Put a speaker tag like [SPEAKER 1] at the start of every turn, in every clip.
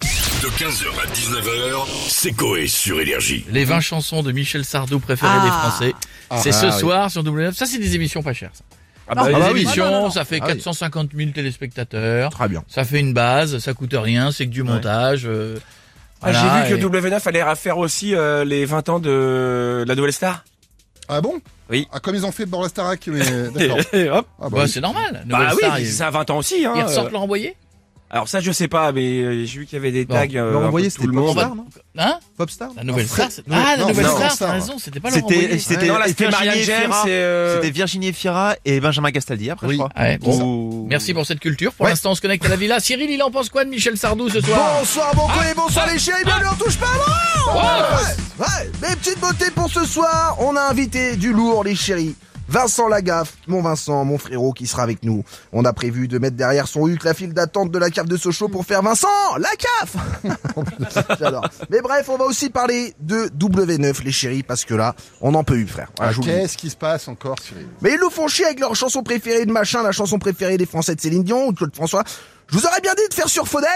[SPEAKER 1] De 15h à 19h, c'est Coé sur Énergie.
[SPEAKER 2] Les 20 chansons de Michel Sardou préférées
[SPEAKER 3] Ah.
[SPEAKER 2] des Français. C'est ce
[SPEAKER 4] Ah, oui.
[SPEAKER 2] soir sur W9. Ça, c'est des émissions pas chères. ça.
[SPEAKER 4] Ah bah,
[SPEAKER 2] Des
[SPEAKER 3] Ah bah oui.
[SPEAKER 2] émissions,
[SPEAKER 3] Non, non, non.
[SPEAKER 2] ça fait
[SPEAKER 4] Ah oui.
[SPEAKER 2] 450 000 téléspectateurs.
[SPEAKER 4] Très bien.
[SPEAKER 2] Ça fait une base, ça coûte rien, c'est que du montage. euh,
[SPEAKER 5] Ah,
[SPEAKER 2] voilà,
[SPEAKER 5] J'ai vu
[SPEAKER 2] et-
[SPEAKER 5] que W9 allait faire aussi euh, les 20 ans de la nouvelle star.
[SPEAKER 4] Ah bon
[SPEAKER 5] Oui.
[SPEAKER 4] Ah, comme ils ont fait pour la Starac, mais d'accord.
[SPEAKER 5] Et hop.
[SPEAKER 4] Ah
[SPEAKER 2] Bah, c'est normal. Nouvelle
[SPEAKER 5] Bah
[SPEAKER 2] Star,
[SPEAKER 5] oui,
[SPEAKER 2] ils,
[SPEAKER 5] ça a 20 ans aussi. Hein.
[SPEAKER 2] ils ressortent
[SPEAKER 5] Euh,
[SPEAKER 2] Laurent Boyer
[SPEAKER 5] Alors ça, je sais pas, mais euh, j'ai vu qu'il y avait des
[SPEAKER 2] Bon.
[SPEAKER 5] tags. euh, un peu
[SPEAKER 6] Envoyé,
[SPEAKER 5] de
[SPEAKER 6] c'était
[SPEAKER 5] tout le monde.
[SPEAKER 6] Popstar, non
[SPEAKER 2] Hein
[SPEAKER 6] Popstar
[SPEAKER 2] La nouvelle
[SPEAKER 4] Ah,
[SPEAKER 2] star
[SPEAKER 4] Fred-
[SPEAKER 2] c'est- Ah, la
[SPEAKER 4] non,
[SPEAKER 2] nouvelle
[SPEAKER 4] non,
[SPEAKER 2] star,
[SPEAKER 4] Star.
[SPEAKER 2] t'as raison, c'était pas Laurent
[SPEAKER 6] C'était
[SPEAKER 2] Boyer.
[SPEAKER 6] c'était
[SPEAKER 5] Non, là, c'était
[SPEAKER 6] Virginie
[SPEAKER 5] Maria James
[SPEAKER 6] Efira.
[SPEAKER 5] et... euh,
[SPEAKER 6] C'était Virginie Fiera et Benjamin Castaldi après
[SPEAKER 4] Oui.
[SPEAKER 6] je crois.
[SPEAKER 2] Ouais, bon.
[SPEAKER 6] Ou-
[SPEAKER 2] Merci pour cette culture. Pour
[SPEAKER 6] Ouais.
[SPEAKER 2] l'instant, on se connecte à la villa. Cyril, il en pense quoi de Michel Sardou ce soir
[SPEAKER 6] Bonsoir bon et bonsoir les chéris, bienvenue on touche pas à moi ouais, ouais, mes petites beautés pour ce soir, on a invité du lourd les chéris. Vincent Lagaffe, mon Vincent, mon frérot qui sera avec nous. On a prévu de mettre derrière son huc la file d'attente de la cave de Sochaux pour faire Vincent, la CAF J'adore. Mais bref, on va aussi parler de W9 les chéris parce que là, on n'en peut plus frère. Voilà, je vous le dis.
[SPEAKER 4] Ah, Qu'est-ce qui se passe encore, Cyril
[SPEAKER 6] Mais ils nous font chier avec leur chanson préférée de machin, la chanson préférée des Français de Céline Dion ou de Claude François. Je vous aurais bien dit de faire sur Faudel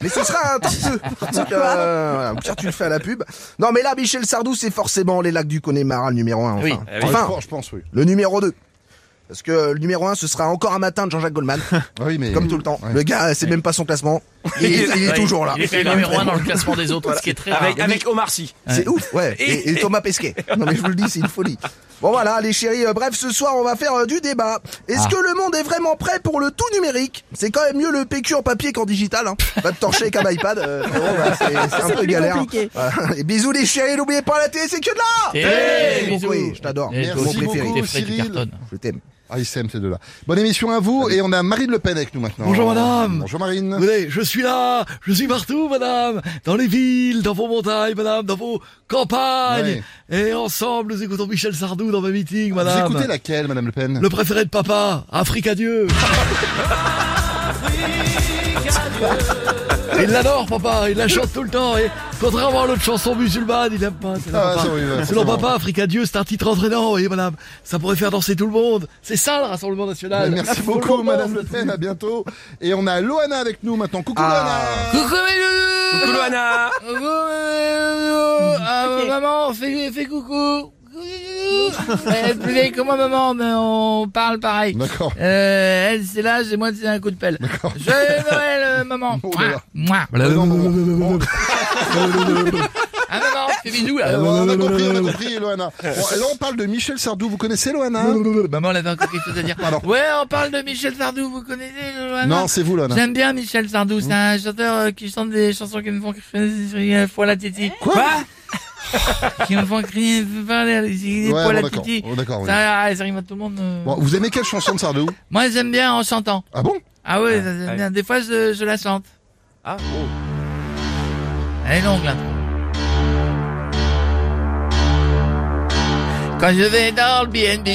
[SPEAKER 6] mais ce sera un torteux. Donc, euh, voilà, au pire, tu le fais à la pub. Non, mais là, Michel Sardou, c'est forcément les lacs du Connemara, le numéro 1. Enfin,
[SPEAKER 2] Oui,
[SPEAKER 5] eh oui.
[SPEAKER 4] Ah, je
[SPEAKER 6] enfin
[SPEAKER 4] pense- je pense, oui.
[SPEAKER 6] le numéro 2. Parce que le numéro 1, ce sera encore un matin de Jean-Jacques Goldman,
[SPEAKER 4] Ah oui, mais...
[SPEAKER 6] comme tout le temps.
[SPEAKER 4] Ouais.
[SPEAKER 6] Le gars, c'est même pas son classement. Il, il est
[SPEAKER 2] Ouais,
[SPEAKER 6] toujours là.
[SPEAKER 2] Il est numéro un dans le classement des autres, ce qui est très rare.
[SPEAKER 5] Avec, avec Omar Sy.
[SPEAKER 6] C'est ouf, ouais. Et, et Thomas Pesquet. Non mais je vous le dis, c'est une folie. Bon voilà les chéris, euh, bref, ce soir on va faire euh, du débat. Est-ce
[SPEAKER 3] Ah.
[SPEAKER 6] que le monde est vraiment prêt pour le tout numérique C'est quand même mieux le PQ en papier qu'en digital. Hein. Va te torcher avec un iPad, euh, frérot, bah, c'est- c'est un
[SPEAKER 3] C'est
[SPEAKER 6] peu
[SPEAKER 3] plus
[SPEAKER 6] galère.
[SPEAKER 3] compliqué.
[SPEAKER 6] Voilà. Et bisous les chéris, n'oubliez pas la télé, c'est que de là
[SPEAKER 2] Eh,
[SPEAKER 6] Mon
[SPEAKER 2] bisous.
[SPEAKER 6] coin, Je t'adore,
[SPEAKER 2] Eh,
[SPEAKER 6] mon
[SPEAKER 2] toi aussi,
[SPEAKER 6] préféré.
[SPEAKER 2] T'es frais, tu
[SPEAKER 4] Cyril.
[SPEAKER 2] cartonnes.
[SPEAKER 6] Je t'aime.
[SPEAKER 4] Ah, ils s'aiment, ces deux-là. Bonne émission à vous, et on a Marine Le Pen avec nous maintenant.
[SPEAKER 7] Bonjour, madame.
[SPEAKER 4] Bonjour, Marine.
[SPEAKER 7] Venez, je suis là, je suis partout, madame, dans les villes, dans vos montagnes, madame, dans vos campagnes. Et ensemble, nous écoutons Michel Sardou dans mes meetings,
[SPEAKER 4] Vous
[SPEAKER 7] madame.
[SPEAKER 4] écoutez laquelle, Madame Le Pen
[SPEAKER 7] Le préféré de papa, Afrique Adieu. Il l'adore, papa, il la chante tout le temps. Et contrairement à l'autre chanson musulmane, il aime pas. C'est
[SPEAKER 4] Ah,
[SPEAKER 7] leur papa.
[SPEAKER 4] ça, oui, ouais,
[SPEAKER 7] Selon
[SPEAKER 4] forcément.
[SPEAKER 7] papa, Afrique Adieu, c'est un titre entraînant, vous voyez, madame. Ça pourrait faire danser tout le monde. C'est ça, le Rassemblement National.
[SPEAKER 4] Merci
[SPEAKER 7] Faut le
[SPEAKER 4] beaucoup,
[SPEAKER 7] comprendre.
[SPEAKER 4] Madame Le Pen. À bientôt. Et on a Loana avec nous maintenant. Coucou,
[SPEAKER 6] Ah.
[SPEAKER 2] Coucou mes loulous
[SPEAKER 5] Coucou Loana
[SPEAKER 2] Coucou, mes loulous Ah, Maman, fais, fais coucou Elle est plus vieille que moi maman, mais on parle pareil.
[SPEAKER 4] Loana. D'accord.
[SPEAKER 2] Euh, elle c'est là, j'ai moi c'est un coup de pelle. Joyeux Noël euh, maman
[SPEAKER 4] Oh là
[SPEAKER 2] Mouah,
[SPEAKER 4] là.
[SPEAKER 2] mouah.
[SPEAKER 4] Bon,
[SPEAKER 2] Ah maman, fais bisous là
[SPEAKER 4] alors, On a compris, on a compris, Loana. Bon, Là, on parle de Michel Sardou. Vous connaissez Loana
[SPEAKER 2] Maman, elle avait encore quelque chose à dire.
[SPEAKER 4] Pardon.
[SPEAKER 2] Ouais, on parle de Michel Sardou, vous connaissez Johanna
[SPEAKER 4] Non, c'est vous, Loana.
[SPEAKER 2] J'aime bien Michel Sardou, c'est
[SPEAKER 4] Hmm.
[SPEAKER 2] un chanteur euh, qui chante des chansons qui me font crier la fois la titi.
[SPEAKER 4] Quoi
[SPEAKER 2] Qui me font crier
[SPEAKER 4] Ouais,
[SPEAKER 2] la
[SPEAKER 4] bon,
[SPEAKER 2] fois la
[SPEAKER 4] d'accord.
[SPEAKER 2] titi.
[SPEAKER 4] Oh, D'accord. oui.
[SPEAKER 2] Ça, ah, ça rime à tout le monde. euh.
[SPEAKER 4] Bon, vous aimez quelle chanson de Sardou
[SPEAKER 2] Moi, j'aime bien en chantant.
[SPEAKER 4] Ah bon
[SPEAKER 2] Ah ouais, ça, j'aime
[SPEAKER 5] ouais.
[SPEAKER 2] bien. Des fois, je, je la chante.
[SPEAKER 5] Ah,
[SPEAKER 2] Elle est longue, l'intro. Quand je vais dans le BNB,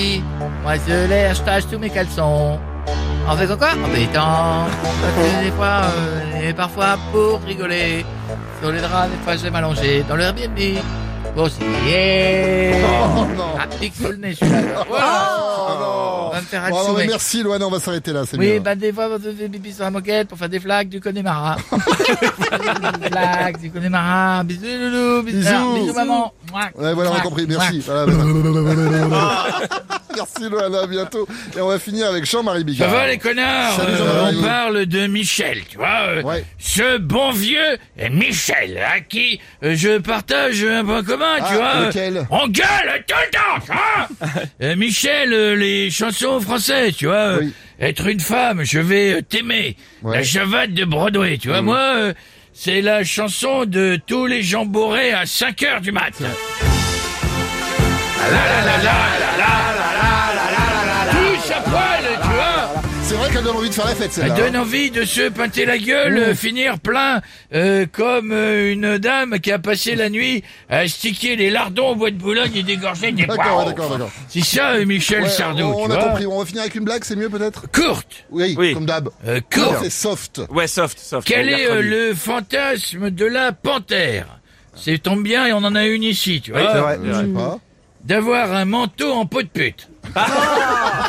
[SPEAKER 2] moi je lèche, je tâche tous mes caleçons. En faisant quoi En pétant. Parce que des fois, euh, et parfois pour rigoler. Sur les draps, des fois je vais m'allonger dans le Airbnb. Pour chier.
[SPEAKER 4] Oh non
[SPEAKER 2] Ah, pique sous le nez, celui-là. Voilà.
[SPEAKER 4] Oh
[SPEAKER 2] On va me faire
[SPEAKER 4] Bon, alors,
[SPEAKER 2] assommer.
[SPEAKER 4] merci Loana, on va s'arrêter là, c'est
[SPEAKER 2] Oui,
[SPEAKER 4] mieux.
[SPEAKER 2] bah des fois, on se fait pipi sur la moquette pour faire des flaques du Connemara. Des flaques du Connemara. Bisous, loulou. Bisous,
[SPEAKER 4] Bisous.
[SPEAKER 2] Alors, bisous, maman. Mouah.
[SPEAKER 4] Ouais, voilà, on a
[SPEAKER 2] Mouah.
[SPEAKER 4] compris,
[SPEAKER 2] Mouah.
[SPEAKER 4] merci. Voilà, voilà. merci Loana, à bientôt. Et on va finir avec Jean-Marie
[SPEAKER 2] Ça
[SPEAKER 4] Bigard.
[SPEAKER 2] va les connards
[SPEAKER 4] Salut,
[SPEAKER 2] Euh,
[SPEAKER 4] Jean-Marie.
[SPEAKER 2] On parle de Michel, tu vois euh,
[SPEAKER 4] Ouais.
[SPEAKER 2] Ce bon vieux Michel, à qui euh, je partage un point commun, tu
[SPEAKER 4] Ah,
[SPEAKER 2] vois euh,
[SPEAKER 4] lequel
[SPEAKER 2] On gueule tout le temps, tu vois Euh, Michel, euh, les chansons françaises, tu vois euh,
[SPEAKER 4] Oui.
[SPEAKER 2] Être une femme, je vais euh, t'aimer
[SPEAKER 4] Ouais.
[SPEAKER 2] La chavade de Broadway, tu vois Moi, euh, c'est la chanson de tous les gens bourrés à 5 heures du mat La la la la la la la la la la la la Tous à poil, tu vois
[SPEAKER 4] C'est vrai qu'elle donne envie de faire la fête,
[SPEAKER 2] elle
[SPEAKER 4] celle-là.
[SPEAKER 2] donne
[SPEAKER 4] hein.
[SPEAKER 2] envie de se pinter la gueule, euh, finir plein euh, comme euh, une dame qui a passé la nuit à sticker les lardons au bois de Boulogne et dégorger des
[SPEAKER 4] D'accord, ouais,
[SPEAKER 2] poireaux.
[SPEAKER 4] d'accord, d'accord.
[SPEAKER 2] C'est ça, euh, Michel
[SPEAKER 4] Ouais,
[SPEAKER 2] Sardou,
[SPEAKER 4] on, on
[SPEAKER 2] tu
[SPEAKER 4] a
[SPEAKER 2] vois.
[SPEAKER 4] compris. On va finir avec une blague, c'est mieux peut-être
[SPEAKER 2] Courte,
[SPEAKER 4] oui,
[SPEAKER 5] Oui.
[SPEAKER 4] comme d'hab.
[SPEAKER 2] euh, courte.
[SPEAKER 4] C'est soft.
[SPEAKER 5] Ouais, soft, soft.
[SPEAKER 2] Quel est euh,
[SPEAKER 5] Mercredi.
[SPEAKER 2] le fantasme de la panthère C'est tombe bien et on en a une ici, tu vois.
[SPEAKER 4] Je sais pas.
[SPEAKER 2] D'avoir un manteau en peau de pute. tu